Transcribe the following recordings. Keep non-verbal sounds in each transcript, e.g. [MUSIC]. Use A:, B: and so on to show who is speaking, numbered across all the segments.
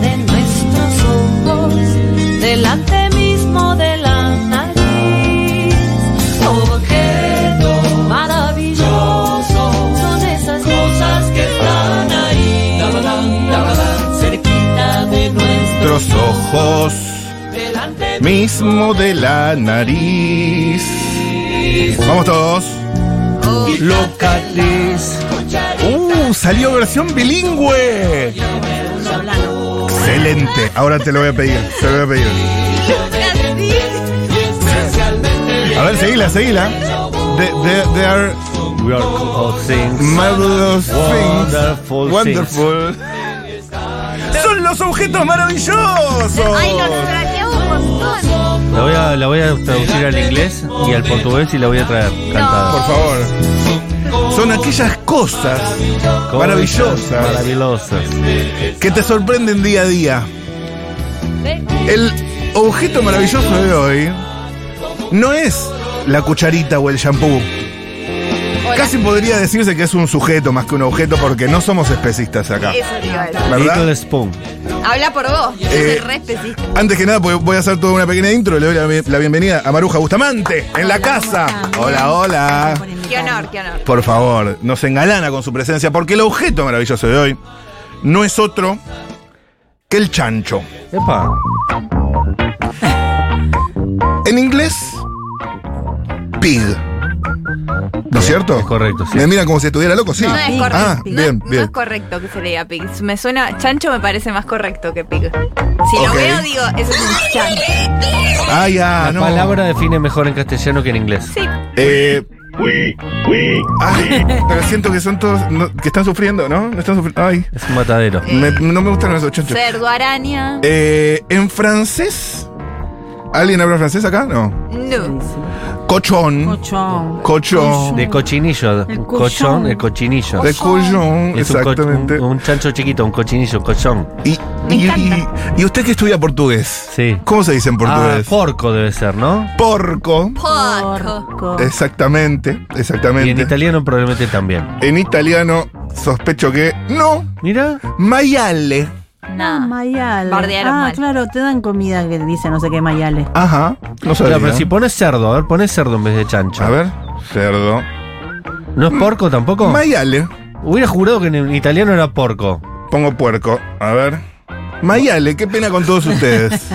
A: de nuestros ojos, delante mismo de la nariz. Objeto maravilloso son esas cosas que están ahí, cerquita de nuestros
B: Nuestros ojos,
A: delante
B: mismo de la nariz. Vamos todos.
C: Locales.
B: ¡Uh! Salió versión bilingüe. Excelente. Ahora te lo voy a pedir. Te lo voy a pedir. A ver, seguila, seguila. The- the- There are
C: We are all things.
B: marvelous things.
C: Wonderful
B: Wonderful. Son los objetos maravillosos.
D: Ay, nos traqueó un montón.
C: La voy, a, la voy a traducir al inglés y al portugués y la voy a traer
B: Por
C: cantada.
B: favor. Son aquellas cosas
C: Cosas
B: maravillosas
C: Maravillosas.
B: que te sorprenden día a día. El objeto maravilloso de hoy no es la cucharita o el shampoo. Casi podría decirse que es un sujeto más que un objeto porque no somos especistas acá.
D: Eso te iba a decir.
B: ¿Verdad?
C: Little Spoon.
D: Habla por vos. Yo
B: Eh,
D: soy re específica.
B: Antes que nada, pues, voy a hacer toda una pequeña intro. Le doy la, la bienvenida a Maruja Bustamante en la casa. Hola, hola.
D: Qué honor, qué honor.
B: Por favor, nos engalana con su presencia porque el objeto maravilloso de hoy no es otro que el chancho.
C: Epa.
B: En inglés, pig. ¿No es cierto?
C: Es correcto, sí.
B: Me miran como si estuviera loco, sí.
D: No es correcto.
B: Ah,
D: no,
B: bien,
D: no
B: bien.
D: es correcto que se le diga pig. Me suena. Chancho me parece más correcto que pig. Si
B: Ok.
D: lo veo, digo, eso es un chancho.
B: Ah, ya,
C: La
B: no.
C: palabra define mejor en castellano que en inglés.
D: Sí.
B: Eh. Ay, pero siento que son todos. no, que están sufriendo, ¿no? No están sufriendo. Ay.
C: Es un matadero.
B: me- no me gustan los chanchos.
D: Cerdo, araña.
B: Eh, en francés. ¿Alguien habla francés acá? No.
D: No.
B: Cochón.
E: Cochón.
B: Cochón.
C: De cochinillo.
E: El
C: cochón,
E: colchón.
C: el cochinillo.
B: De cochón,
C: Es un, co-
B: exactamente.
C: un- un chancho chiquito, un cochinillo, un cochón.
B: Y,
D: Me
B: y-
D: encanta.
B: y- y usted que estudia portugués.
C: Sí.
B: ¿Cómo se dice en
C: Ah,
B: portugués?
C: porco debe ser, ¿no?
B: Porco.
D: Porco.
B: Eh. Exactamente,
C: Y en
B: exactamente.
C: italiano probablemente también.
B: En italiano sospecho que no.
C: Mira,
B: Maiale.
D: No.
E: Mayales.
D: Bardearon
E: ah,
D: mal.
E: claro, te dan comida que dice no sé qué Mayales.
B: Ajá. No sabía.
C: Mira, pero si pones cerdo, a ver, pones cerdo en vez de chancho.
B: A ver, cerdo.
C: ¿No es porco tampoco?
B: Maiale.
C: Hubiera jurado que en el italiano era porco.
B: Pongo puerco. A ver. Maiale, qué pena con todos
C: [LAUGHS]
B: ustedes.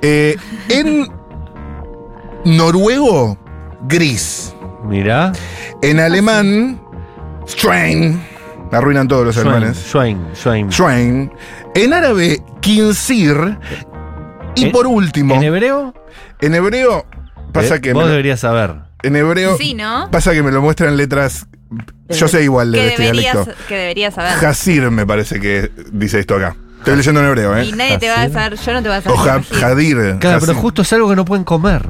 B: Eh, en noruego, gris.
C: Mira.
B: En
C: Ah,
B: alemán, strain. Arruinan todos los
C: Schwein,
B: alemanes.
C: Schwein, Schwein.
B: Strain. En árabe, kinsir. Y
C: ¿En-
B: por último,
C: Eh, ¿En hebreo?
B: en hebreo, pasa
C: Eh,
B: que
C: Vos
B: me-
C: deberías saber.
B: en hebreo
D: Sí, ¿no?
B: Pasa que me lo muestran letras. Yo sé igual
D: Que
B: de este
D: deberías,
B: dialecto.
D: que deberías saber.
B: Hasir me parece que dice esto acá.
C: Ah.
B: Estoy leyendo en hebreo,
D: Y
B: ¿eh?
D: nadie te va a
C: Así.
D: saber. Yo no te voy a
B: O
D: saber.
B: ja- Jadir.
C: Claro, pero
B: Hasir.
C: justo es algo que no pueden comer.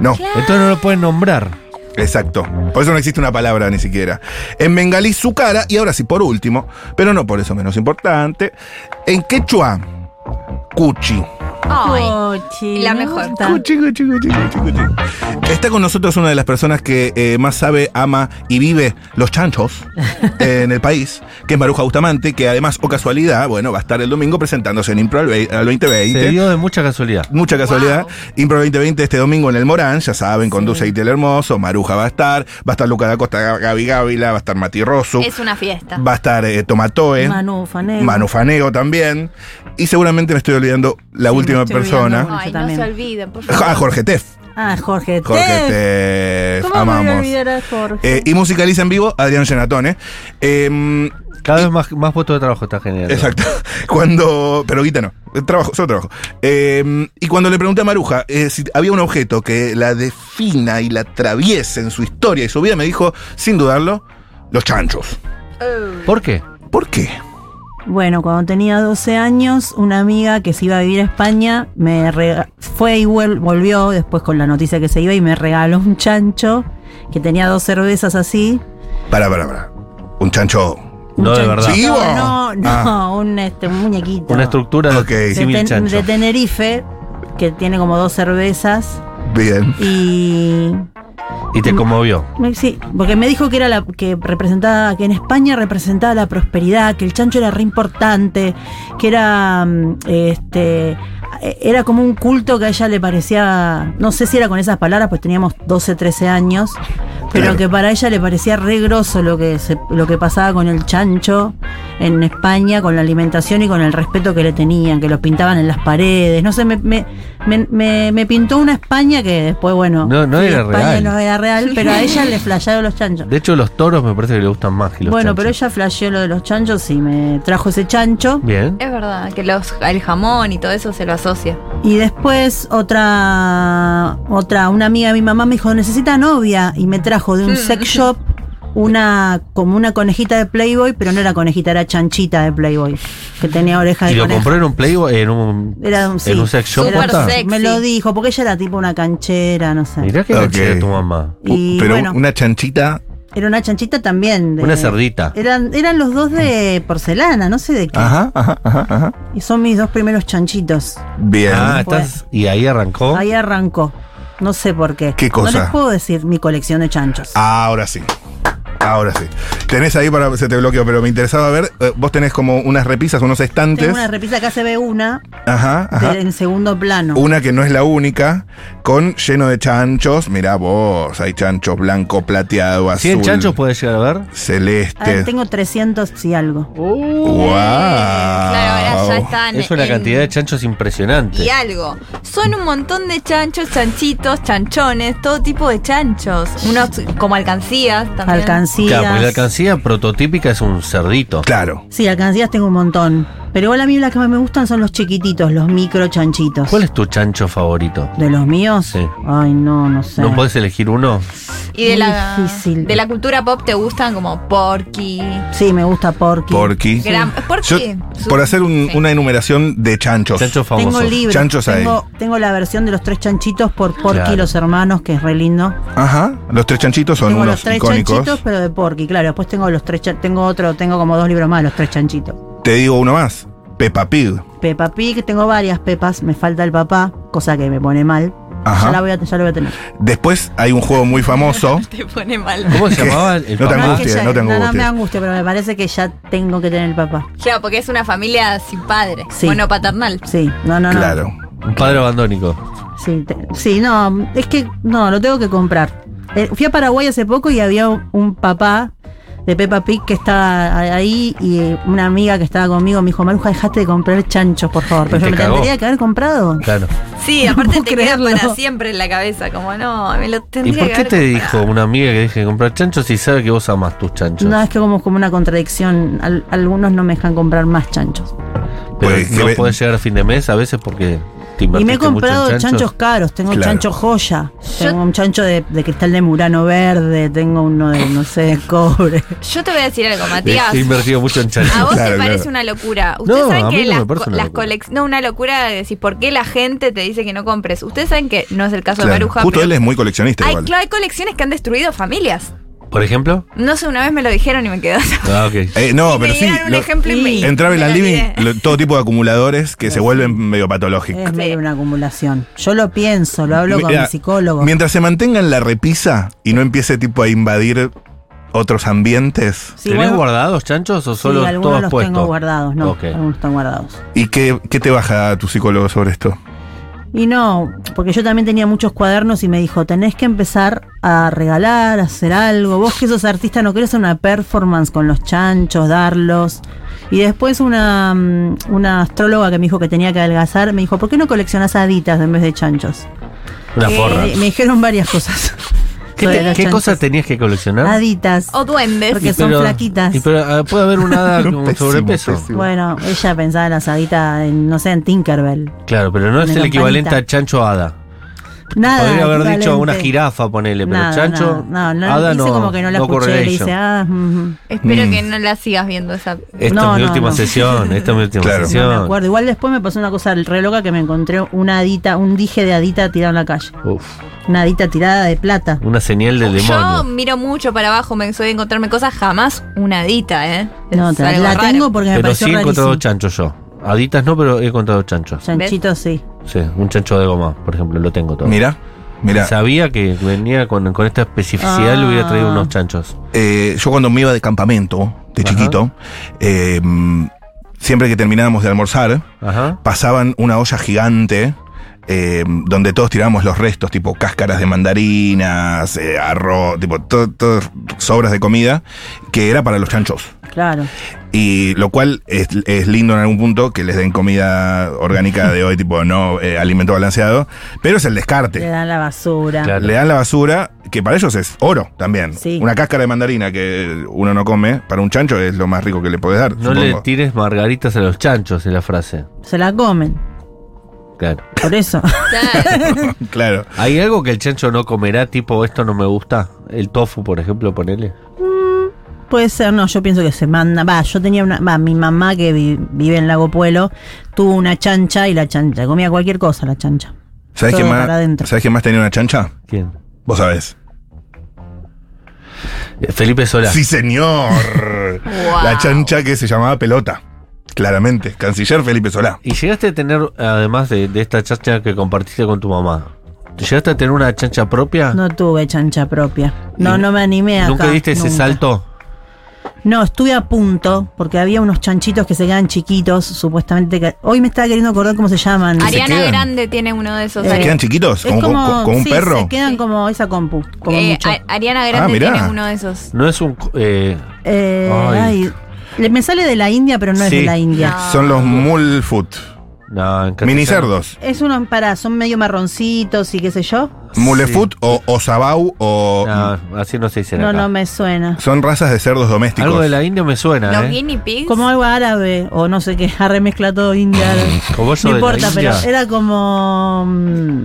B: No,
C: Entonces no lo pueden nombrar.
B: exacto. Por eso no existe una palabra ni siquiera. En bengalí, su cara. Y ahora sí, por último, pero no por eso menos importante. En quechua, cuchi.
D: Ay.
E: Cochi,
D: La
E: me
D: mejor.
E: gusta.
B: Cuchi, cuchi, cuchi, cuchi, cuchi. Está con nosotros una de las personas que eh, más sabe, ama y vive los
E: [LAUGHS]
B: chanchos en el país, que es Maruja Bustamante, que además, o casualidad, bueno, va a estar el domingo presentándose en Impro al vei- al
C: Se
B: 2020.
C: dio de mucha casualidad.
B: Mucha casualidad.
D: Wow.
B: Impro 2020 este domingo en el Morán, ya saben, conduce Itel Hermoso, Maruja va a estar, va a estar Luca da Costa, Gaby Gávila, va a estar Mati Rosu,
D: Es una fiesta.
B: va a estar eh, Tomatoe,
E: Manu Fanel.
B: Manufaneo también, y seguramente me estoy olvidando la
E: Sí, me
B: última
E: estoy
B: persona.
E: olvidando.
D: Ay,
E: Yo
D: no
E: también.
D: se olviden, por favor.
B: Ah, Jorge Tef.
E: Ah, Jorge.
B: Jorge
E: Tef.
B: Tef,
E: ¿Cómo me voy a
B: amamos.
E: olvidar a Jorge?
B: Eh, y musicaliza en vivo Adrián Genatone. Eh,
C: Cada vez más, más puestos de trabajo está generando.
B: exacto. [LAUGHS] Cuando. Pero guita no. Trabajo, solo trabajo. Eh, y cuando le pregunté a Maruja eh, si había un objeto que la defina y la atraviese en su historia y su vida, me dijo, sin dudarlo, los chanchos.
D: Oh.
C: ¿Por qué?
B: ¿Por qué?
E: Bueno, cuando tenía 12 años, una amiga que se iba a vivir a España me rega- fue y vuel- volvió después con la noticia que se iba y me regaló un chancho que tenía dos cervezas así.
B: Para, para, para. Un chancho.
E: Un
C: No, de
E: chanchito,
C: verdad.
B: ¿Sí, vos?
E: No, no,
B: Ah.
E: un, este, un muñequito.
C: Una estructura
B: Ok.
C: de
E: de,
C: símil
E: Ten-
C: chancho.
E: de Tenerife, que tiene como dos cervezas.
B: Bien.
E: Y,
C: Y te conmovió.
E: Me- Sí, porque me dijo que era la que representaba, que en España representaba la prosperidad, que el chancho era re importante, que era mm, este eh, era como un culto que a ella le parecía, no sé si era con esas palabras, pues teníamos 12, 13 años, pero
B: Claro.
E: que para ella le parecía re grosso lo que se- lo que pasaba con el chancho en España, con la alimentación y con el respeto que le tenían, que los pintaban en las paredes, no sé, me, me, me- me- me pintó una España que después, bueno,
C: No, no
E: fui a
C: era
E: España,
C: real.
E: no era real, pero a ella le flashearon los chanchos.
C: De hecho, los toros me parece que le gustan más que los
E: Bueno, pero
C: chanchos.
E: ella flasheó lo de los chanchos y me trajo ese chancho.
C: Bien.
D: Es verdad, que los, el jamón y todo eso se lo asocia.
E: Y después otra, otra, una amiga de mi mamá me dijo, necesita novia. Y me trajo de un sex shop una, como una conejita de Playboy, pero no era conejita, era chanchita de Playboy, que tenía oreja de
C: Y lo
E: coneja.
C: compró en un Playboy, en un,
E: Era un, sí.
C: en un sex shop.
D: Súper
C: ¿posta?
D: sexy.
E: Me lo dijo, porque ella era tipo una canchera, no sé.
C: Mirá que
B: Ok.
C: canchera tu mamá.
E: Y
B: Pero
E: bueno,
B: una chanchita.
E: era una chanchita también. de-
C: Una cerdita.
E: Eran, eran los dos de porcelana, no sé de qué.
B: Ajá, ajá, ajá, ajá.
E: Y son mis dos primeros chanchitos.
B: Bien.
C: Ah, estás. Y ahí arrancó.
E: Ahí arrancó. No sé por qué.
B: ¿Qué cosa?
E: No les puedo decir mi colección de chanchos.
C: Ah,
B: Ahora sí. Ahora sí. Tenés ahí para. Se te bloqueó, pero me interesaba ver. eh, Vos tenés como unas repisas, unos estantes.
E: Tengo una repisa que se ve una
B: Ajá, ajá.
E: de- en segundo plano.
B: Una que no es la única, con lleno de chanchos. Mirá vos, hay chanchos blanco, plateado, azul.
C: 100 chanchos puedes llegar a ver.
E: A ver,
B: Celeste.
E: Ah, tengo 300 y algo.
B: ¡Wow!
D: Claro, ahora ya
E: Ah,
D: están.
C: Es una
D: en-
C: cantidad de chanchos impresionante.
D: Y algo. Son un montón de chanchos, chanchitos, chanchones, todo tipo de chanchos. Unos como alcancías también.
E: Alcancías.
C: Claro, porque la alcancía prototípica es un cerdito.
B: Claro.
E: Sí, alcancías tengo un montón. Pero igual a mí las que más me gustan son los chiquititos, los micro chanchitos.
C: ¿Cuál es tu chancho favorito?
E: ¿De los míos?
C: Sí.
E: Ay, no, no sé.
C: ¿No podés elegir uno?
D: Y de
E: Muy
D: la,
E: difícil.
D: de la cultura pop te gustan como Porky. [LAUGHS]
E: Sí, me gusta Porky.
B: Porky.
D: Gran,
B: Yo,
D: Porky. su-
B: por hacer un-
D: sí.
B: una enumeración de chanchos.
C: Chancho famoso.
E: Tengo el libro.
B: Chanchos ahí.
E: tengo, tengo la versión de los tres chanchitos por Porky
C: Claro.
E: y los hermanos, que es re lindo.
B: Ajá. Los tres chanchitos son
E: tengo
B: unos
E: los tres
B: icónicos.
E: chanchitos, pero de Porky, claro. Después tengo los tres, cha- tengo otro, tengo como dos libros más, los tres chanchitos.
B: Te digo uno más. Peppa Pig.
E: Peppa Pig, tengo varias pepas, me falta el papá, cosa que me pone mal.
B: Ajá.
E: Ya, la voy a, ya lo voy a tener.
B: Después hay un juego muy
D: [LAUGHS]
B: famoso.
D: Te pone mal.
C: ¿Cómo
B: [LAUGHS]
C: se llamaba el
B: No te
C: papá?
B: angusties,
E: es que ya-
B: no te angusties.
E: me angustia, pero me parece que ya tengo que tener el papá.
D: Claro, porque es una familia sin padre.
E: Sí.
D: Bueno, paternal.
E: Sí, no,
D: Ah.
E: no, no.
B: Claro.
C: Un padre abandónico.
E: Sí, te- sí, no, es que no, lo tengo que comprar. Eh, fui a Paraguay hace poco y había un, un papá de Peppa Pig que estaba a- ahí y eh, una amiga que estaba conmigo me dijo, Maruja, dejate de comprar chanchos, por favor.
C: Y
E: Pero yo
C: te
E: me
C: cagó.
E: tendría que haber comprado.
C: Claro.
D: Sí,
E: No
D: aparte
E: puedo
D: te queda
E: creerlo.
D: para siempre en la cabeza. Como no, me lo
C: ¿Y
D: tendría
C: por
D: que
C: qué
D: haber
C: te
D: comprado.
C: dijo una amiga que deje de comprar chanchos si sabe que vos amás tus chanchos?
E: No, es que como, como una contradicción. Al- algunos no me dejan comprar más chanchos.
C: Pero
B: Pues, que
C: no
B: ve-
C: podés llegar a fin de mes a veces porque te
E: Y me he
C: invertiste mucho en
E: comprado chanchos.
C: chanchos.
E: caros. Tengo
B: Claro.
E: chancho joya.
D: Yo-
E: Tengo un chancho de, de cristal de murano verde. Tengo uno de, no sé, de cobre.
D: Yo te voy a decir algo, Matías.
C: He invertido mucho en
D: A
C: chanchos.
D: vos
B: Claro,
D: te parece
B: claro.
D: una locura. Ustedes
C: No, a
D: saben
C: mí no
D: que
C: me
D: las,
C: parece una
D: co- las
C: locura.
D: colec- No, una locura de decir por qué la gente te dice que no compres. Ustedes saben que no es el caso
B: claro.
D: de Maruja.
B: Justo
D: pero
B: él es muy coleccionista
D: hay,
B: igual.
D: claro, hay colecciones que han destruido familias.
C: ¿Por ejemplo?
D: No sé, una vez me lo dijeron y me quedé.
C: Ah, ok.
B: Eh, no,
D: y [LAUGHS] me
B: pero sí.
D: dieron un
B: lo-
D: ejemplo y
E: Sí.
D: me. y
B: en Travel
D: me
B: and
D: lo
B: Living,
D: olvidé.
B: lo- todo tipo de acumuladores
D: [LAUGHS]
B: que se vuelven medio
D: Eh,
B: patológicos.
E: Es medio una acumulación. Yo lo pienso, lo hablo con
B: Mira,
E: mi psicólogo.
B: Mientras se mantenga en la repisa y no empiece tipo a invadir otros ambientes.
E: Sí,
C: ¿Tenés
E: igual-
C: guardados chanchos o
E: sí,
C: solo
E: algunos
C: todos
E: los
C: puestos?
E: tengo guardados, no.
C: Ok.
E: Algunos están guardados.
B: ¿Y qué, qué te baja tu psicólogo sobre esto?
E: Y no, porque yo también tenía muchos cuadernos y me dijo, tenés que empezar a regalar, a hacer algo. Vos que sos artista no querés hacer una performance con los chanchos, darlos. Y después una, mm, una astróloga que me dijo que tenía que adelgazar, me dijo, ¿por qué no coleccionás haditas en vez de chanchos?
C: Una
E: Eh,
C: porra.
E: me dijeron varias cosas.
C: [LAUGHS] ¿Qué,
E: sobre
C: te-
E: los
C: qué
E: chanchos.
C: cosas tenías que coleccionar?
E: Haditas.
D: O duendes.
E: Porque- que son flaquitas.
C: y pero, ah, puede haber una [LAUGHS] hada con
B: Pésimo,
C: sobrepeso.
B: pésimo.
E: Bueno, ella pensaba en las haditas, en, no sé, en Tinkerbell.
C: Claro, pero no es
E: Una
C: el equivalente a
E: campanita.
C: chancho hada.
E: Nada.
C: Podría haber dicho
E: equivalente.
C: una jirafa, ponele, pero
E: Nada,
C: chancho,
E: nada, no, no,
C: hada
E: hice
C: no.
E: como que no la
C: no
E: escuché, le
C: correlation.
E: hice, ah, mm,
D: Espero
B: Mm.
D: que no la sigas viendo esa.
C: Esta
E: No,
C: es mi
E: no,
C: última
E: no.
C: sesión, esta es mi última
B: Claro.
E: no me
C: sesión.
E: acuerdo. Igual después me pasó una cosa re loca que me encontré una adita, un dije de adita tirado en la calle.
C: Uf,
E: Una adita tirada de plata.
C: una señal del
D: Yo
C: demonio.
D: miro mucho para abajo, me soy de encontrarme cosas, jamás una dita, ¿eh?
E: No,
D: Es
E: te-
D: algo
E: la
D: raro.
E: tengo porque me
C: Pero
E: pareció
C: sí he encontrado
E: rarísimo.
C: chanchos yo. Aditas no, pero he encontrado chanchos.
E: Chanchitos sí.
C: Sí, un chancho de goma, por ejemplo, lo tengo todo.
B: Mira, Mira,
C: Sabía que venía con, con esta especificidad, le hubiera traído unos chanchos.
B: eh, yo cuando me iba de campamento, de
C: Ajá.
B: chiquito, eh, mm, siempre que terminábamos de almorzar,
C: Ajá.
B: pasaban una olla gigante eh, donde todos tirábamos los restos, tipo cáscaras de mandarinas, eh, arroz, tipo todo- todas sobras de comida, que era para los chanchos.
E: Claro.
B: Y lo cual es, es lindo en algún punto que les den comida orgánica de hoy, tipo no eh, alimento balanceado, pero es el
E: Le
B: descarte.
E: dan la basura.
C: Claro.
B: Le dan la basura, que para ellos es oro también.
E: Sí.
B: Una cáscara de mandarina que uno no come, para un chancho es lo más rico que le podés dar.
C: No le
B: supongo.
C: tires margaritas a los chanchos, es la frase.
E: Se la comen.
C: Claro.
E: Por eso. [LAUGHS]
B: [LAUGHS]
D: Claro.
B: claro.
C: ¿Hay algo que el chancho no comerá, tipo esto no me gusta? El tofu, por ejemplo, ponele.
E: Puede ser, no, yo pienso que se manda. Va, yo tenía una. Va, mi mamá que vi- vive en Lago Pueblo tuvo una chancha y la chancha. Comía cualquier cosa la chancha.
B: ¿Sabés
E: Todo
B: quién,
E: para adentro.
B: más, ¿Sabés quién más tenía una chancha?
C: ¿Quién?
B: Vos sabés.
C: Eh, Felipe Solá.
B: Sí, señor.
D: Wow.
B: La chancha que se llamaba pelota. Claramente. Canciller Felipe Solá.
C: Y llegaste a tener, además de, de esta chancha que compartiste con tu mamá, ¿llegaste a tener una chancha propia?
E: No tuve chancha propia. No, no me animé a.
C: Ah. ¿Nunca diste ese salto?
E: No, estuve a punto porque había unos chanchitos que se quedan chiquitos, supuestamente. que- Hoy me estaba queriendo acordar cómo se llaman.
B: Ari-
D: Ariana
B: quedan?
D: Grande tiene uno de esos.
E: Eh,
B: ¿Se
D: Ari-
B: quedan chiquitos?
E: Es
B: ¿Como, como- como un
E: sí,
B: perro?
E: Se quedan como esa compu. Como
D: eh,
E: mucho.
D: A- Ariana Grande
B: Ah, mirá.
D: tiene uno de esos.
C: No es un... eh,
E: Eh,
C: Ay.
E: ay, le- me sale de la India, pero no es
C: Sí.
E: de la India.
D: No.
B: Son
C: Ah.
B: los Mulfoot.
C: no, en castellano.
B: Mini cerdos.
E: Es unos para, son medio marroncitos y qué sé yo.
B: Mulefoot o Osabau o.
C: No, así no se dice
E: No,
C: acá.
E: no me suena.
B: Son razas de cerdos domésticos.
C: Algo de la India me suena,
D: Los
C: ¿eh?
D: guinea pigs.
E: Como algo árabe o no sé qué, [LAUGHS] remezcla todo india. árabe.
C: Como vos sos
E: No
C: de la
E: importa, pero
C: India.
E: era como. mm,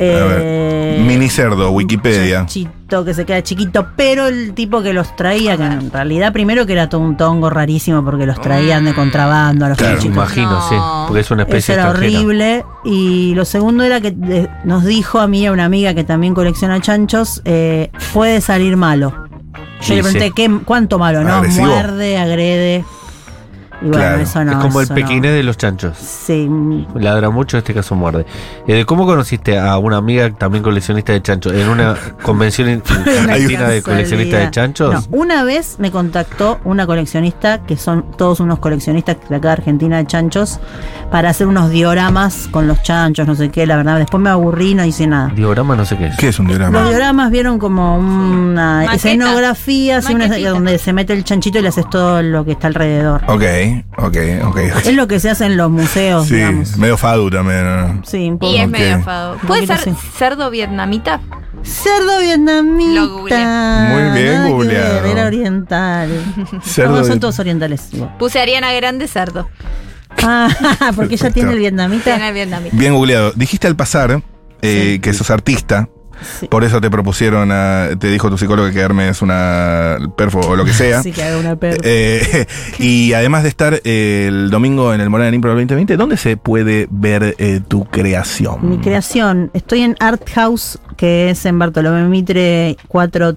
B: A ver,
E: eh,
B: Mini cerdo, Wikipedia.
E: Chanchito que se queda chiquito, pero el tipo que los traía, que en realidad primero que era todo un tongo rarísimo porque los traían de contrabando a los
B: Claro.
E: chanchitos.
C: Imagino,
D: No.
C: sí. Porque es Mm. una
E: Eso
C: especie
E: era
C: extranjera.
E: horrible. Y lo segundo era que de- nos dijo a mí, a una amiga que también colecciona chanchos, eh, puede salir malo. Yo
C: Y
E: le pregunté,
C: sí.
E: ¿qué, ¿cuánto malo? ¿No?
B: Agresivo.
E: Muerde, agrede. Y bueno,
B: Claro.
E: eso no.
C: es como el
E: eso no.
C: pequinés de los chanchos.
E: Sí, mm,
C: Ladra mucho, en este caso muerde. Eh, ¿de ¿Cómo conociste a una amiga también coleccionista de chanchos? ¿En
E: [LAUGHS]
C: una convención in- [LAUGHS]
E: una
C: argentina de
E: casualidad.
C: coleccionistas de chanchos?
E: No, una vez me contactó una coleccionista, que son todos unos coleccionistas de acá de Argentina de chanchos, para hacer unos dioramas con los chanchos, no sé qué, la verdad. Después me aburrí, no hice nada.
C: Diorama no sé qué es.
B: ¿Qué es un
E: Los
B: diorama?
E: dioramas vieron como una
D: Maqueta.
E: escenografía, así una-
D: Maquetita.
E: donde se mete el chanchito y le haces todo lo que está alrededor.
B: Ok, ok, ok.
E: Es lo que se hace en los museos,
B: Sí,
E: digamos.
B: medio fadu también. ¿no?
E: Sí, un poco.
D: Y es
B: Ok.
D: medio fado.
E: Un
D: ¿Puede
E: poquito
D: ser
E: sí.
D: cerdo vietnamita?
E: Cerdo
D: Lo
E: vietnamita.
D: googleé.
B: Muy bien
E: Nada que
B: googleado.
E: ver, Era oriental.
B: Cerdo
E: No, son
B: vi-
E: todos orientales. igual.
D: Puse Ariana Grande cerdo.
E: Ah, [LAUGHS] porque ella tiene
D: Tiene
E: el vietnamita.
D: el vietnamita.
B: Bien googleado. Dijiste al pasar eh, que sos artista.
E: Sí.
B: Por eso te propusieron, a- te dijo tu psicólogo que armes una perfo o lo que sea.
E: Así que hago una perra.
B: Eh, [LAUGHS] y además de estar eh, el domingo en el Morán del Impro 2020, ¿dónde se puede ver eh, tu creación?
E: Mi creación. Estoy en Art House, que es en Bartolomé Mitre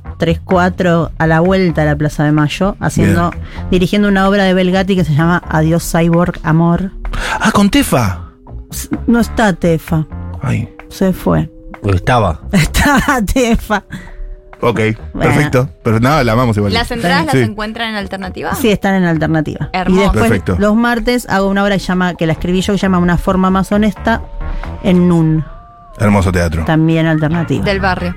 E: 434, a la vuelta de la Plaza de Mayo, haciendo, dirigiendo una obra de Belgati que se llama Adiós Cyborg Amor.
B: Ah, con Tefa.
E: S- No está Tefa,
B: Ay.
E: se fue. [LAUGHS]
C: Estaba.
E: Está Tefa.
B: Ok, perfecto. Pero nada, la amamos igual.
D: ¿Las entradas las
B: Sí.
D: encuentran en alternativa?
E: Sí, están en alternativa.
D: Ah. Hermoso.
E: Y después
B: Perfecto.
E: los martes hago una obra que, llama, que la escribí yo que llama Una forma más honesta en Nun,
B: Hermoso teatro.
E: también alternativa.
D: Del barrio.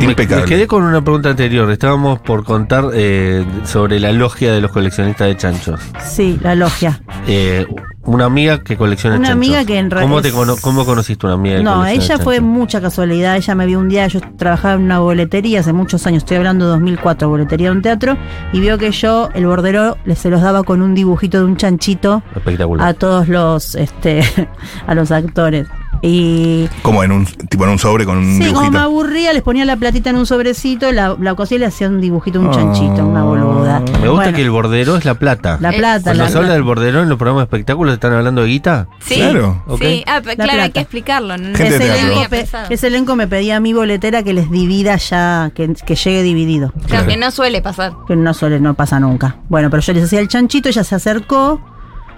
B: Impecable.
C: Me, me quedé con una pregunta anterior. Estábamos por contar eh, sobre la logia de los coleccionistas de chanchos.
E: Sí, la logia.
C: Eh, una amiga que colecciona
E: Una
C: chanchos.
E: amiga que en realidad
C: ¿Cómo, te
E: es-
C: cono- ¿Cómo conociste una amiga que
E: No,
C: colecciona
E: ella fue
C: chanchos?
E: mucha casualidad. Ella me vio un día, yo trabajaba en una boletería hace muchos años, estoy hablando de 2004, boletería de un teatro, y vio que yo el bordero le- se los daba con un dibujito de un chanchito a
C: Espectacular.
E: todos los este [LAUGHS] a los actores. Y
B: Como en un, tipo en un sobre con un
E: sí, como me
B: dibujito.
E: aburría, les ponía la platita en un sobrecito, la, la cosía y le hacía un dibujito, un chanchito, una boluda.
C: Ah. Me gusta
E: Bueno,
C: que el bordero es la plata.
D: Eh,
E: la plata,
C: Cuando
E: la,
C: se habla del bordero en los programas de espectáculos, ¿están hablando de guita?
D: Sí.
B: Claro.
C: Ok.
D: Sí, ah, pero
E: La
D: claro, hay
E: plata.
D: que explicarlo. ¿no?
B: Gente de
D: Eso
E: ese,
D: no
B: teatro.
E: elenco,
D: había
E: pe-
D: pensado.
E: ese elenco me pedía a mi boletera que les divida ya, que- que llegue dividido.
D: Claro, que no suele pasar.
E: que no suele, no pasa nunca. Bueno, pero yo les hacía el chanchito, ella se acercó,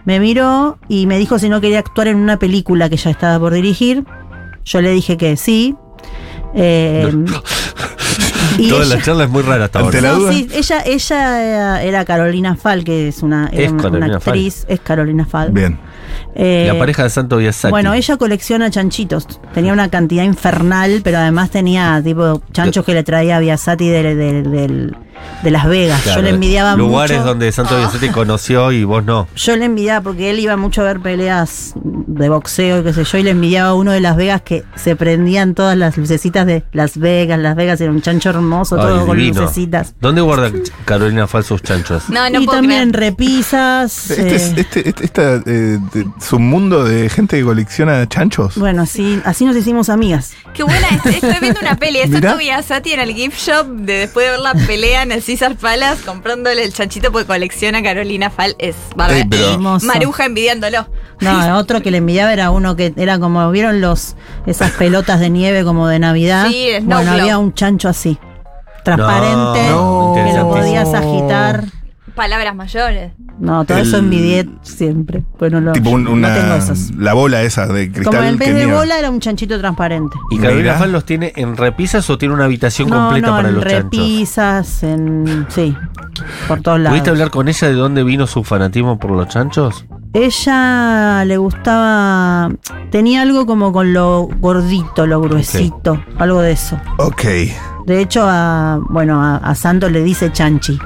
E: me miró y me dijo si no quería actuar en una película que ya estaba por dirigir. Yo le dije que sí.
C: [LAUGHS]
E: Eh, y
C: Toda
E: ella-
C: la charla es muy rara hasta
B: Ante la-
C: ahora.
E: no,
B: duda?
E: sí, ella, ella era Carolina Fal, que es una, era
C: Es
E: una- una
C: Carolina Fal.
E: actriz, es Carolina Fal.
B: Bien.
E: Eh,
C: La pareja de Santo Biasati.
E: Bueno, ella colecciona chanchitos. Tenía una cantidad infernal, pero además tenía tipo chanchos que le traía a Biasati de, de- del- de Las Vegas.
C: Claro, eh,
E: Yo le envidiaba
C: Lugares
E: mucho. Ah.
C: donde Santo Biasati conoció y vos no.
E: Yo le envidiaba porque él iba mucho a ver peleas de boxeo y qué sé yo, y le envidiaba a uno de Las Vegas que se prendían todas las lucecitas de Las Vegas. Las Vegas era un chancho hermoso,
C: Ay,
E: todo con
C: divino.
E: lucecitas.
C: ¿Dónde guarda Carolina falsos chanchos?
D: No, no
E: y
D: puedo
E: también
C: [LAUGHS]
D: creer.
E: repisas.
B: Este, es,
E: eh,
B: este, este esta, eh, de- submundo de gente que colecciona chanchos.
E: Bueno, así, así nos hicimos amigas.
D: Qué buena, es- estoy viendo una peli. Es
B: Mirá.
D: Santo Biasati en el gift shop de después de ver la pelea en el Caesar Palace comprándole el chanchito porque colecciona Carolina Fal. Es bárbaro.
B: Ey, pero-
E: Hermoso.
D: Maruja envidiándolo.
E: No, otro que le envidiaba era uno que era como, ¿vieron los esas pelotas de nieve como de Navidad?
D: Sí, el snow
E: bueno,
D: globe.
E: había un chancho así, transparente,
C: No,
E: que lo
C: interesante.
E: podías agitar.
D: Palabras mayores.
E: No, todo
B: El-
E: eso envidié siempre. Bueno, lo,
B: tipo un-
E: no
B: una.
E: tengo esos.
B: la bola esa de cristal.
E: Como en vez
B: que
E: de
B: nieva.
E: bola era un chanchito transparente.
C: ¿Y Carolina
B: Mirá.
C: Fal los tiene en repisas o tiene una habitación
E: No,
C: completa
E: no,
C: para
E: en
C: los chanchos?
E: repisas, en. Sí, por todos lados.
C: ¿Pudiste hablar con ella de dónde vino su fanatismo por los chanchos?
E: Ella le gustaba. Tenía algo como con lo gordito, lo gruesito, algo de eso.
B: Ok.
E: De hecho, a, bueno, a, a Santos le dice chanchi.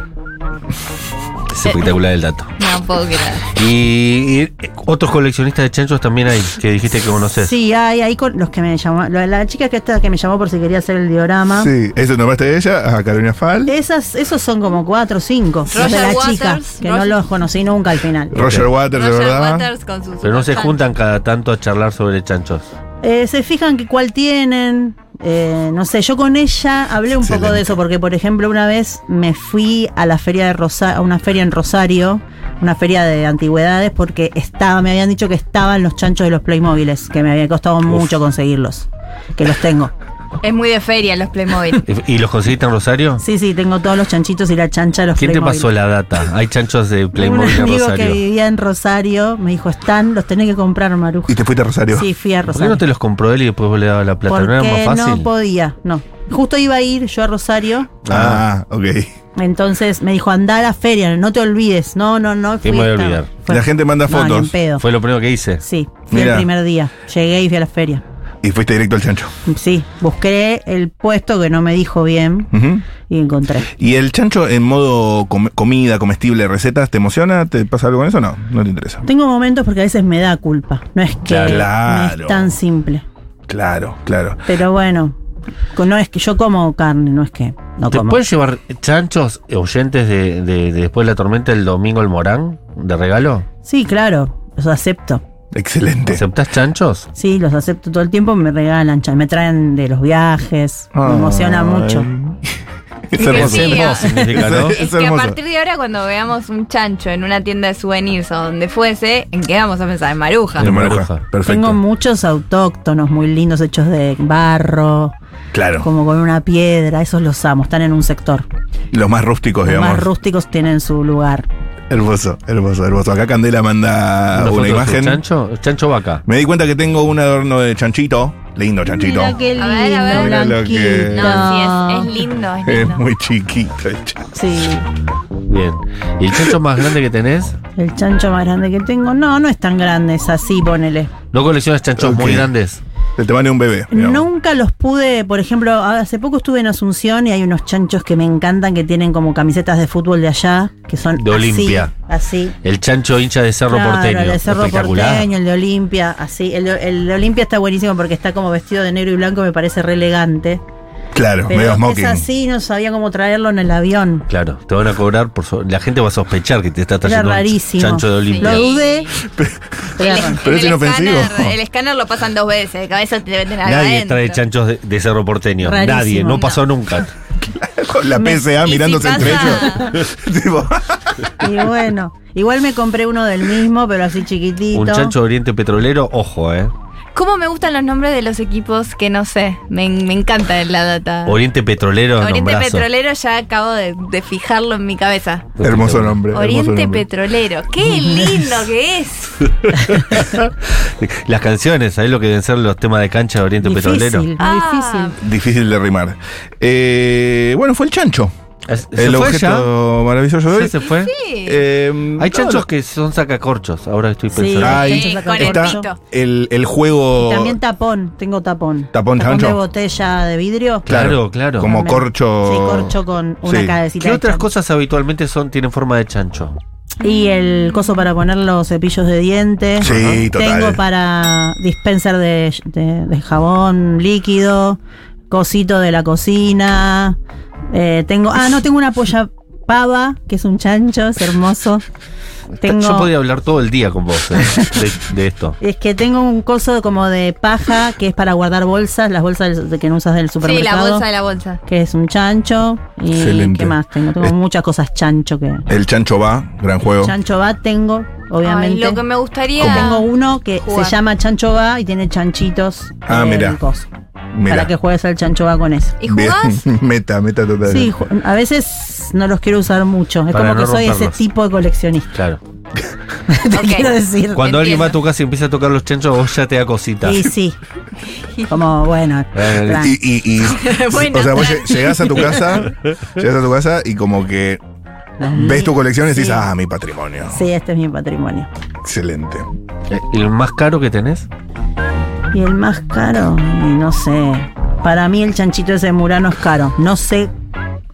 C: Es espectacular el dato.
D: No puedo creer.
C: Y, y otros coleccionistas de chanchos también hay, que dijiste que conoces.
E: Sí, hay ahí con los que me llamó. La, la chica que esta que me llamó por si quería hacer el diorama.
B: Sí, eso nombraste de ella, a Carolina Fal.
E: Esas, esos son como cuatro o cinco. los de
D: Roger
E: la
D: Waters,
E: chica, que no
D: Roger-
E: los conocí nunca al final.
B: Roger Waters, de
D: Roger
B: verdad.
D: Waters con sus.
C: Pero no se
D: chanchos.
C: juntan cada tanto a charlar sobre chanchos.
E: Eh, se fijan que cuál tienen. eh, no sé, yo con ella hablé un poco
B: Excelente.
E: de eso, porque por ejemplo una vez me fui a la feria de Rosa a una feria en Rosario, una feria de antigüedades, porque estaba, me habían dicho que estaban los chanchos de los Playmobiles, que me había costado mucho conseguirlos, que los tengo.
D: Es muy de feria
B: [LAUGHS]
D: los Playmobil.
C: ¿Y y los conseguiste en Rosario?
E: Sí, sí, tengo todos los chanchitos y la chancha de los
C: ¿Quién te
E: Playmobil.
C: pasó la data? Hay chanchos de Playmobil
E: Un
C: en
E: amigo que
C: Rosario.
E: vivía en Rosario me dijo, están, los tenés que comprar, Maruja.
B: Y te fuiste a Rosario.
E: Sí, fui a
C: ¿Por qué
E: Rosario.
C: no te los compró él y después vos le dabas la plata? ¿No era más
E: Porque
C: fácil?
E: no podía, no. Justo iba a ir yo a Rosario.
B: Ah, ok.
E: Entonces me dijo, anda a la feria, no te olvides. No, no, no.
C: me voy a
E: esta-
C: olvidar.
B: La gente manda
E: No, ni
B: fotos.
E: en pedo.
C: Fue lo primero que hice.
E: Sí, fui
B: Mira.
E: el primer día. Llegué y fui a la feria.
B: Y fuiste directo al chancho.
E: Sí, busqué el puesto que no me dijo bien
B: Ujú.
E: y encontré.
B: ¿Y el chancho en modo com- comida, comestible, recetas, te emociona? ¿Te pasa algo con eso? No, no te interesa.
E: Tengo momentos porque a veces me da culpa. No es que
B: Claro.
E: no es tan simple.
B: Claro, claro.
E: Pero bueno, no es que yo como carne, no es que no
C: ¿Te
E: como.
C: puedes llevar chanchos oyentes de, de- de Después de la Tormenta el domingo el Morán de regalo?
E: Sí, claro, los acepto.
B: Excelente.
C: ¿Aceptás chanchos?
E: Sí, los acepto todo el tiempo, me regalan, chan- me traen de los viajes, me emociona
B: Ah. Ay.
E: mucho. [LAUGHS]
B: Es
D: hermoso.
C: Es hermoso, significa, ¿no?
B: Es
D: Es que a
B: hermoso.
D: partir de ahora, cuando veamos un chancho en una tienda de souvenirs o donde fuese, ¿en qué vamos a pensar? En Maruja.
B: De
C: No.
B: Maruja.
C: Maruja.
B: Perfecto.
E: Tengo muchos autóctonos muy lindos hechos de barro,
B: claro.
E: como con una piedra, esos los amo, están en un sector.
B: Los más rústicos,
E: Los
B: digamos.
E: más rústicos tienen su lugar.
B: hermoso, hermoso, hermoso. Acá Candela manda
C: ¿Una
B: Ah, una,
C: foto de
B: imagen.
C: chancho? Chancho vaca.
B: Me di cuenta que tengo un adorno de chanchito. Lindo chanchito.
E: Mira qué
D: A ver, a
E: lindo,
D: ver.
B: Mira lo que-
D: No,
E: blanquito. Ah.
D: sí, es, es lindo,
B: [LAUGHS]
D: es
B: Es
D: lindo.
B: muy chiquito el chancho.
E: Sí,
C: Bien. ¿Y el chancho más grande que tenés?
E: el chancho más grande que tengo, no, no es tan grande, es así, ponele.
C: ¿No coleccionas chanchos
B: Ok.
C: muy grandes?
B: Del tamaño de un bebé. digamos.
E: Nunca los pude, por ejemplo, hace poco estuve en Asunción y hay unos chanchos que me encantan que tienen como camisetas de fútbol de allá, que son
C: De
E: así,
C: Olimpia.
E: Así.
C: El chancho hincha de Cerro
E: Claro,
C: Porteño.
E: el de Cerro
C: Espectacular.
E: Porteño, el de Olimpia, así. El de, el de Olimpia está buenísimo porque está como vestido de negro y blanco, me parece re elegante.
B: Claro, medio
E: Pero es
B: smoking.
E: así, no sabía cómo traerlo en el avión.
C: Claro, te van a cobrar por so- la gente va a sospechar que te está
E: Era
C: trayendo un
E: rarísimo.
C: chancho de Olimpia.
E: Lo dudé. pero era raro.
B: Pero es
D: el
B: inofensivo.
D: Escáner, el escáner lo pasan dos veces, de cabeza te meten algo
C: Nadie
D: adentro.
C: trae chanchos de, de Cerro Porteño.
E: Rarísimo.
C: Nadie, no pasó nunca.
B: [LAUGHS]
E: [LAUGHS]
B: Con la PSA
D: Y si
B: mirándose entre
D: pasa-
B: ellos. [LAUGHS] Tipo,
E: [LAUGHS]
C: [LAUGHS]
E: Y bueno, igual me compré uno del mismo, pero así chiquitito.
C: Un chancho de Oriente Petrolero, ojo, ¿eh?
D: ¿Cómo me gustan los nombres de los equipos que no sé? Me, me encanta la data.
C: Oriente Petrolero.
D: Ah. Oriente
C: nombrazo.
D: Petrolero ya acabo de, de fijarlo en mi cabeza.
B: Hermoso nombre. hermoso
D: Oriente
B: nombre.
D: Petrolero.
B: [LAUGHS]
D: ¡Qué lindo que es!
C: [LAUGHS] Las canciones, ¿sabés lo que deben ser los temas de cancha de Oriente Petrolero?
E: Difícil,
D: Ah.
E: difícil.
B: Difícil de rimar. Eh, bueno, fue el chancho.
C: ¿Se
B: El
C: fue
B: objeto maravilloso de
C: ya?
B: hoy.
C: ¿Ya se fue?
D: Sí.
B: Eh, no,
C: Hay chanchos
B: no.
C: que son sacacorchos, ahora estoy
E: Sí.
C: pensando.
E: Ah,
B: Ahí
E: Sí, con el
B: está
D: pito.
B: el, el juego.
E: También tapón, tengo tapón.
B: Oh. Tapón, chancho.
E: de botella de vidrio.
C: Claro, claro.
B: Como
E: También.
B: corcho.
E: Sí, corcho con una
B: Sí.
E: cabecita.
C: ¿Qué
E: de
C: otras
E: chancho.
C: cosas habitualmente son tienen forma de chancho?
E: Y el coso para poner los cepillos de dientes.
B: Sí, total.
E: Tengo para dispenser de, de- de jabón líquido, cosito de la cocina. eh, tengo, ah, no, tengo una polla pava, que es un chancho, es hermoso. Tengo,
C: Yo podría hablar todo el día con vos eh, de, de esto.
E: Es que tengo un coso como de paja, que es para guardar bolsas, las bolsas del- de que no usas del
D: Sí, la
E: supermercado.
D: bolsa de la bolsa.
E: Que es un chancho. Y
B: Excelente.
E: qué más tengo. Tengo
B: Es-
E: muchas cosas chancho que.
B: El chancho va, gran juego.
E: Chancho va, tengo,
D: Ay,
E: obviamente.
D: lo que me gustaría.
E: Que tengo uno que
D: Jugar.
E: se llama Chancho Va y tiene chanchitos.
B: Ah,
E: en el
B: mirá.
E: coso,
B: Mirá.
E: Para que juegues al Chancho Va con eso.
D: ¿Y jugás?
B: Bien. [LAUGHS] meta, meta total.
E: Sí, ju- a veces no los quiero usar mucho. Es
C: Para
E: como
C: no
E: que soy ese
C: romperlos.
E: tipo de coleccionista. [LAUGHS]
C: Claro.
E: Te
D: Ok.
E: quiero decir.
C: Cuando alguien
D: Entiendo.
C: va a tu casa y empieza a tocar los chanchos, vos ya te da cosita.
E: Y sí. Como, bueno.
C: Eh,
E: plan.
B: y,
D: [LAUGHS]
B: y, y-
D: Bueno,
B: o sea, vos lle- llegás a tu casa, llegas a tu casa y como que ves tu colección y decís,
E: Sí.
B: ah, mi patrimonio.
E: Sí, este es mi patrimonio.
B: Excelente.
C: Eh, ¿Y el más caro que tenés?
E: Y el más caro, y no sé. Para mí el chanchito ese de Murano es caro. No sé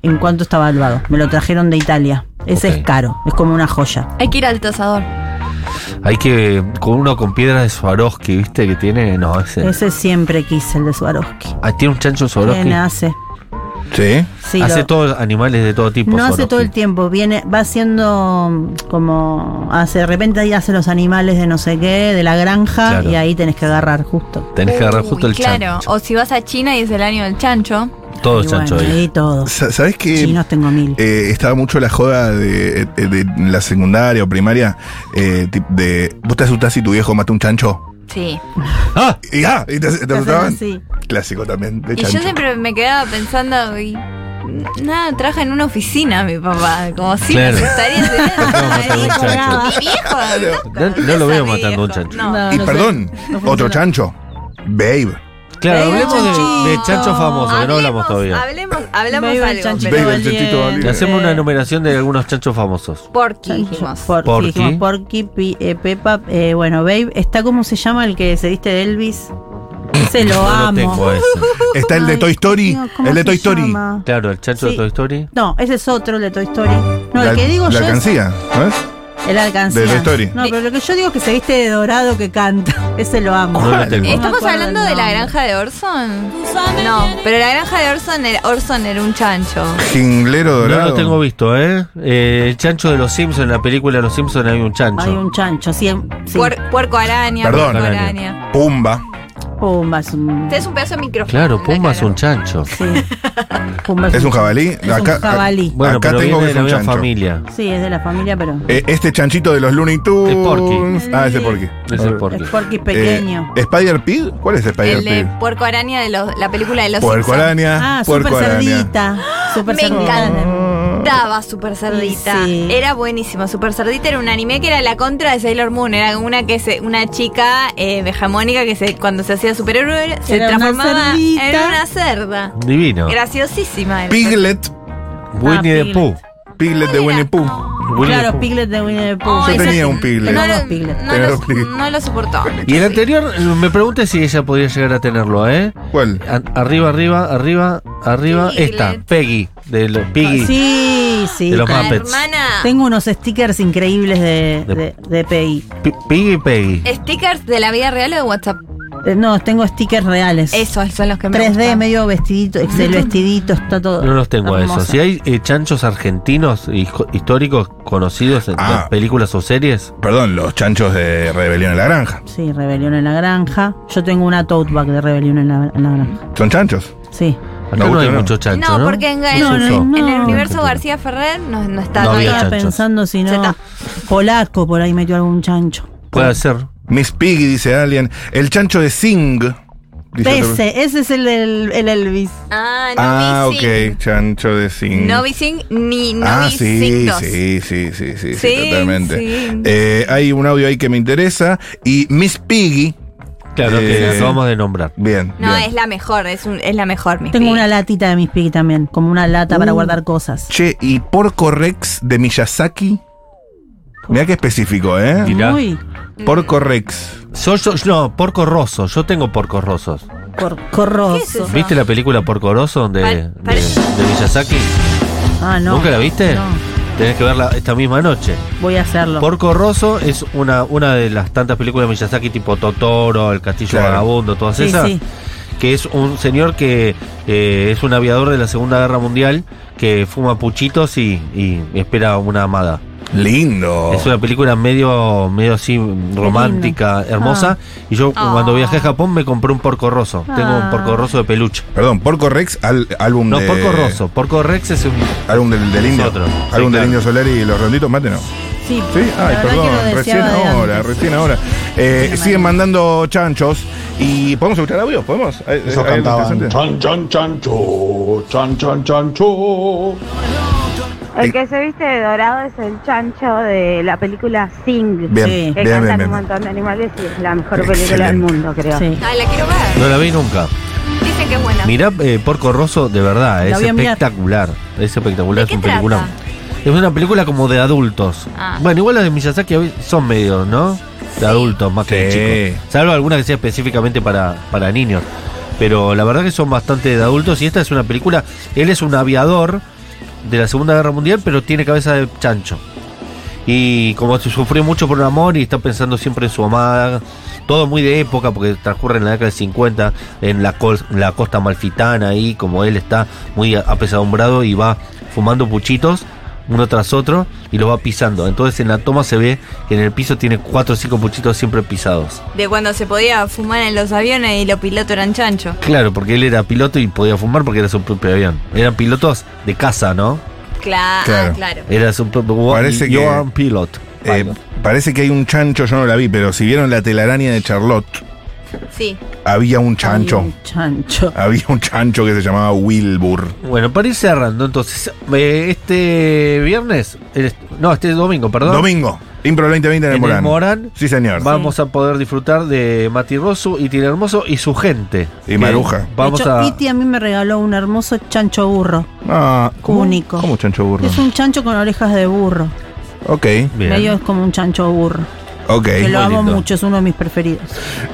E: en cuánto está valuado. Me lo trajeron de Italia. Ese
C: Ok.
E: es caro. Es como una joya.
D: Hay que ir al tasador.
C: Hay que. Con uno con piedras de Swarovski, ¿viste? Que tiene. No, ese.
E: Ese siempre quise, el de Swarovski.
C: Ah, tiene un chancho Swarovski.
E: Bien, hace.
B: Sí.
E: Sí,
C: hace
E: lo-
C: todos animales de todo tipo.
E: no hace todo el
C: Swarovski.
E: tiempo, viene, va haciendo mm, como hace de repente ahí hace los animales de no sé qué, de la granja,
C: Claro.
E: y ahí tenés que agarrar justo.
C: Tenés que agarrar justo
D: Uy,
C: el
D: Claro,
C: chancho.
D: o si vas a China y es el año del chancho.
C: Todo el
E: Y
C: chancho
E: bueno,
C: ahí.
E: ahí todo.
B: Sa- ¿Sabés qué?
E: Chinos tengo mil.
B: Eh, estaba mucho la joda de, eh, de la secundaria o primaria eh, tip- de vos te asustás si tu viejo mata un chancho.
D: Sí.
C: ¡Ah!
B: Y ya, y te, te
E: Hacen
B: asustaban.
E: así.
B: Clásico también de
D: Y
B: chancho.
D: yo siempre me quedaba pensando, y, nada, trabaja en una oficina mi papá, como si
C: Claro.
D: me gustaría ser
C: [LAUGHS] Estamos matando un chancho.
D: mi viejo.
C: No-
D: loco,
C: no lo veo
D: esa
C: matando
D: viejo,
C: un chancho.
D: no.
E: Ah, No.
B: y
E: sé,
B: perdón,
E: no
B: otro
E: funciona.
B: chancho. Babe.
C: Claro,
D: Baby
C: hablemos de, de
D: chanchito.
C: chanchos famosos, que no hablamos
D: Hablemos-
C: todavía.
D: Hablemos, hablemos
E: Baby
D: algo.
E: chanchito
B: Baby,
D: pero-
B: el chanchito
E: valiente.
B: valiente.
C: Hacemos
E: Eh.
C: una enumeración de algunos chanchos famosos.
D: Porky, dijimos.
E: Por,
C: Porky.
E: Porky. Porky, Pi- eh, Peppa, eh, bueno, Babe, está como se llama el que se viste de Elvis. Ese
C: [LAUGHS]
E: lo
C: no
E: amo.
C: lo tengo eh.
E: [LAUGHS]
C: ese.
B: Está el de
E: Ay,
B: Toy Story.
E: Dios, ¿cómo
B: el de
E: se
B: Toy Story.
E: llama?
C: Claro, el chancho de
E: Sí.
C: Toy Story.
E: No, ese es otro, el de Toy Story. No,
B: la
E: el que digo
B: la
E: yo es
B: alcancía, ¿no es?
E: el alcancía.
B: de Toy Story.
E: No, pero lo que yo digo es que se viste de dorado que canta. [LAUGHS] Ese lo amo.
C: No lo
B: ¿Cuál?
C: tengo.
B: Eh,
D: ¿Estamos
E: No me acuerdo
D: hablando
E: el
D: de la
E: nombre.
D: granja de Orson? No, pero la granja de Orson era, Orson era un chancho.
B: Jinglero
C: No
B: dorado.
C: lo tengo visto, ¿eh? Eh, El chancho de los Simpsons, en la película de los Simpsons hay un chancho.
E: Hay un chancho, sí. em, sí.
D: Puer- puerco araña,
B: Perdón.
D: puerco
C: Araña.
D: araña.
B: Pumba.
E: Ah, Pumba es un.
D: Este es un pedazo de micrófono.
C: Claro,
D: en la
C: Pumba es
D: cara.
C: un chancho.
E: mm, Sí. Pumba
B: ¿Es un jabalí?
E: Es
B: Acá-
E: un jabalí.
C: Bueno,
B: Acá
C: pero
B: tengo
C: viene
B: que
C: de
B: es
C: la
B: un
C: misma
B: chancho.
C: familia.
E: Sí, es de la familia, pero.
B: Eh, este chanchito de los Looney Tunes.
C: Es Porky.
B: Ah, ese Porky.
C: Es el Porky.
E: Es porque es
B: Eh,
E: pequeño.
B: ¿Spider Pig? ¿Cuál es Spider
D: El de
B: Pig?
D: puerco araña de los- la película de los
B: Puerco
D: Simpsons.
B: araña.
E: ah, super
B: puerco araña.
E: cerdita. Super
D: Me
E: cerdita.
D: Daba Super Cerdita.
E: Sí.
D: Era buenísimo. Super Cerdita era un anime que era la contra de Sailor Moon. Era una que se, una chica eh, hegemónica que se, cuando se hacía superhéroe se
E: Era una
D: transformaba en
E: cerdita.
D: una cerda.
C: Divino.
D: Graciosísima. era.
B: Piglet.
C: Winnie
E: Ah,
C: the
E: Piglet.
C: Pooh.
B: Piglet de Winnie Pooh.
C: Winnie the
E: Claro,
C: Pooh.
E: Piglet de Winnie the Pooh.
D: Oh,
B: Yo
D: esa-
B: tenía un Piglet.
D: No lo,
E: Tenía dos Piglet.
D: no
B: Tenía
D: lo-
B: dos Piglet.
D: no lo soportó.
C: Y el anterior, eh, me pregunté si ella podría llegar a tenerlo, ¿eh?
B: ¿Cuál?
C: A- arriba, arriba, arriba, arriba.
D: Piglet.
C: Esta, Peggy, de los Piggy.
E: Sí, sí.
C: De los
D: Ah,
C: Muppets.
D: hermana.
E: Tengo unos stickers increíbles de,
C: De-
E: de, de PI.
C: Pi- Piggy, Peggy.
D: ¿Stickers de la vida real o de WhatsApp?
E: Eh, No, tengo stickers reales.
D: Esos son los que me
E: 3D,
D: gustan.
E: medio vestidito, el vestidito, está todo.
C: No los tengo a
E: hermoso.
C: eso. Si hay eh, chanchos argentinos hijo- históricos conocidos en
B: Ah.
C: las películas o series,
B: Perdón, los chanchos de Rebelión en la Granja.
E: Sí, Rebelión en la Granja. Yo tengo una tote bag de Rebelión en la, en la Granja.
B: ¿Son chanchos?
E: Sí.
C: acá
B: No,
C: no, hay
B: no.
C: muchos chanchos.
D: No,
C: No,
D: porque en, en-
C: No, no,
E: no.
D: en el universo
C: No.
D: García Ferrer no, no está
C: No había
D: todavía.
E: Estaba
C: chanchos.
E: pensando si no.
D: Zeta.
E: Polaco por ahí metió algún chancho.
C: Puede ser.
B: Miss Piggy, dice alguien. El chancho de Sing. dice otro.
E: Ese, ese es el, del- el Elvis.
D: Ah, no
B: Ah,
D: vi Sing.
B: ok, chancho de Sing.
D: No vi Sing ni no
B: ah,
D: vi Sing
B: sí,
D: 2.
B: sí, sí, sí, sí, sí,
D: Sí,
B: totalmente.
D: sí.
B: Eh, hay un audio ahí que me interesa. Y Miss Piggy.
C: Claro, que
B: Eh,
C: la acabamos de nombrar.
B: Bien.
D: No,
B: bien.
D: es la mejor, es, un- es la mejor. Miss
E: Tengo
D: Piggy.
E: una latita de mis piggy también, como una lata para
B: Uh.
E: guardar cosas.
B: Che, y Porco Rex de Miyazaki. Mirá qué específico, ¿eh?
C: Mirá.
E: Muy
B: Porco Rex.
C: Yo, yo- no, porco roso. Yo tengo porcos rosos.
E: corroso.
D: ¿Qué es eso?
C: ¿Viste la película Porco Rosso de,
D: Pare-
C: de,
D: pare-
C: de Miyazaki?
E: Ah, no.
C: ¿Nunca la viste?
E: No,
C: Tenés que verla esta misma noche.
E: voy a hacerlo.
C: Porco Rosso es una, una de las tantas películas de Miyazaki tipo Totoro, El Castillo
B: Claro.
C: Vagabundo, todas
E: sí,
C: esas.
E: sí.
C: que es un señor que eh, es un aviador de la Segunda Guerra Mundial que fuma puchitos y, y espera una amada.
B: Lindo.
C: Es una película medio, medio así
E: Ah.
C: romántica, hermosa. Y yo
D: Ah.
C: cuando viajé a Japón me compré un porco rosso. Tengo un
E: Ah.
C: porco rosso de peluche.
B: Perdón, Porco Rex, al- álbum
C: No,
B: de.
C: porco rosso. Porco Rex es un...
B: Álbum del, del Indio.
C: Otro.
B: Álbum
C: Sí,
B: del
C: claro.
B: Indio Solari y los ronditos, mate, ¿no? Sí,
E: Sí, la
B: ay,
E: verdad que lo
B: perdón,
E: deseaba
B: recién
E: de
B: ahora,
E: antes.
B: recién ahora. Eh, siguen mandando chanchos y podemos escuchar audios, podemos. ¿Hay-
F: Eso
B: hay algo
F: cantaban.
B: interesante?
F: Chan, chan, chancho. Chan, chan, chancho.
G: El que se viste de dorado es el chancho de la película Sing.
B: Bien,
E: Sí.
G: Que
B: bien, bien,
G: cantan
B: bien.
G: un montón de animales y es la mejor película del
B: Excelente.
G: mundo, creo.
E: Sí.
D: Ay, la quiero ver.
C: No la vi nunca.
D: Dicen que es buena.
C: Mirá eh, Porco Rosso, de verdad,
E: La
C: es
E: voy a mirar.
C: espectacular. Es espectacular,
D: ¿De
C: es un
D: qué
C: peliculón.
D: trata?
C: Es una película como de adultos.
D: Ah.
C: Bueno, igual las de Miyazaki a veces son medio, ¿no? De adultos, más que
B: Sí.
C: de chicos. Salvo alguna que sea específicamente para, para niños. Pero la verdad que son bastante de adultos y esta es una película. Él es un aviador de la Segunda Guerra Mundial, pero tiene cabeza de chancho. Y como se sufrió mucho por un amor y está pensando siempre en su amada, todo muy de época, porque transcurre en la década del 50, en la, col- la costa malfitana, ahí como él está muy apesadumbrado y va fumando puchitos uno tras otro y lo va pisando. Entonces en la toma se ve que en el piso tiene cuatro o cinco puchitos siempre pisados.
D: De cuando se podía fumar en los aviones y los pilotos eran chancho.
C: Claro, porque él era piloto y podía fumar porque era su propio avión. Eran pilotos de casa, ¿no?
D: Claro,
B: Claro.
D: ah, claro.
C: Era su propio...
B: Parece
C: yo
B: que-
C: era un piloto.
B: Eh, parece que hay un chancho, yo no la vi, pero si vieron la telaraña de Charlotte,
D: Sí.
B: había un
E: Ay,
B: chancho.
E: un chancho.
B: Había un chancho que se llamaba Wilbur.
C: Bueno, para ir cerrando, entonces, eh, este viernes, el est- no, este domingo, perdón.
B: Domingo, Impro 2020 en el
C: En
B: Morán.
C: el Morán.
B: Sí, señor.
C: Vamos a poder disfrutar de Mati Rosu y Tira Hermoso y su gente.
B: Y
C: Que
B: Maruja.
C: Vamos
E: de hecho,
C: a.
E: Piti a mí me regaló un hermoso chancho burro.
B: Ah,
E: Único.
B: ¿Cómo chancho burro?
E: Es un chancho con orejas de burro.
B: Ok,
C: Bien.
E: Medio es como un chancho burro.
B: ok.
E: que lo
C: muy
E: amo
C: lindo.
E: mucho, es uno de mis preferidos.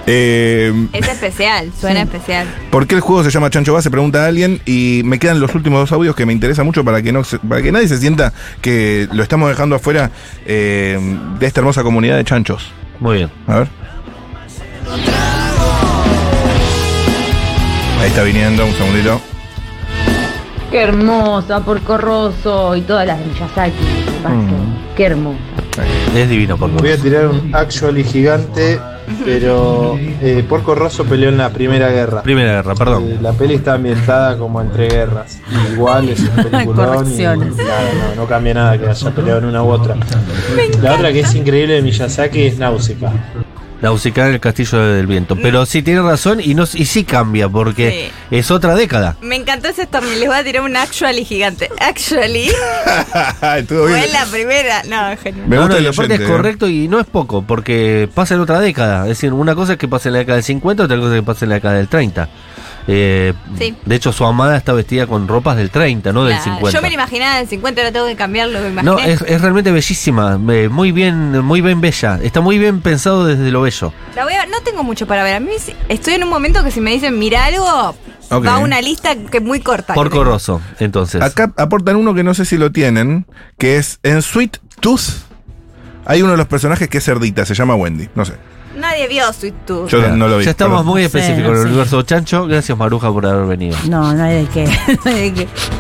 B: Eh,
D: Es especial, suena
E: Sí.
D: especial.
B: ¿Por qué el juego se llama Chancho Va? Se pregunta a alguien y me quedan los últimos dos audios que me interesa mucho para que no se- para que nadie se sienta que lo estamos dejando afuera eh, de esta hermosa comunidad de chanchos.
C: Muy bien.
B: A ver. Ahí está viniendo, un segundito. [LAUGHS]
H: Qué hermosa, Porco Rosso y todas las de Miyazaki. Qué hermoso.
C: Es divino, por
I: Voy a
C: favor.
I: tirar un actually gigante, pero eh, Porco Rosso peleó en la Primera Guerra.
C: Primera guerra,
I: Eh,
C: perdón.
I: la peli está ambientada como entre guerras. Igual es un peliculón y nada,
E: Correcciones.
I: no, no cambia nada que haya peleado en una u otra. La otra que es increíble de Miyazaki es Náusica.
C: Nausicaä en el Castillo del Viento. Pero sí tiene razón y, no, y sí cambia porque es otra década.
D: Me encantó ese stormy, les voy a tirar un actually gigante. Actually,
B: Estuvo bien.
D: fue la primera. No, genial.
B: Me
C: No,
B: gusta
C: no,
B: el
C: y aparte
B: oyente,
C: es
B: ¿eh?
C: correcto y no es poco, porque pasa en otra década. Es decir, una cosa es que pasa en la década del 50, otra cosa es que pasa en la década del 30. Eh,
D: Sí.
C: De hecho, su amada está vestida con ropas del 30, no del
D: Claro,
C: 50.
D: Yo me lo imaginaba del 50, ahora tengo que cambiarlo, me imaginé.
C: no, es, es realmente bellísima, eh, muy bien, muy bien bella. Está muy bien pensado desde lo bello.
D: La voy a- no tengo mucho para ver. A mí si- estoy en un momento que si me dicen mira algo,
B: Ok.
D: va una lista que es muy corta.
C: Porco Rosso, entonces.
B: Acá aportan uno que no sé si lo tienen, que es en Sweet Tooth. Hay uno de los personajes que es cerdita, se llama Wendy. No sé.
D: Nadie vio Sweet [LAUGHS] Tooth.
B: Yo no lo vi.
C: ya estamos
B: perdón.
C: muy
E: Sí,
C: específicos en
E: no
C: el
E: sé.
C: universo chancho. Gracias, Maruja, por haber venido.
E: No, no hay de qué. no hay de qué.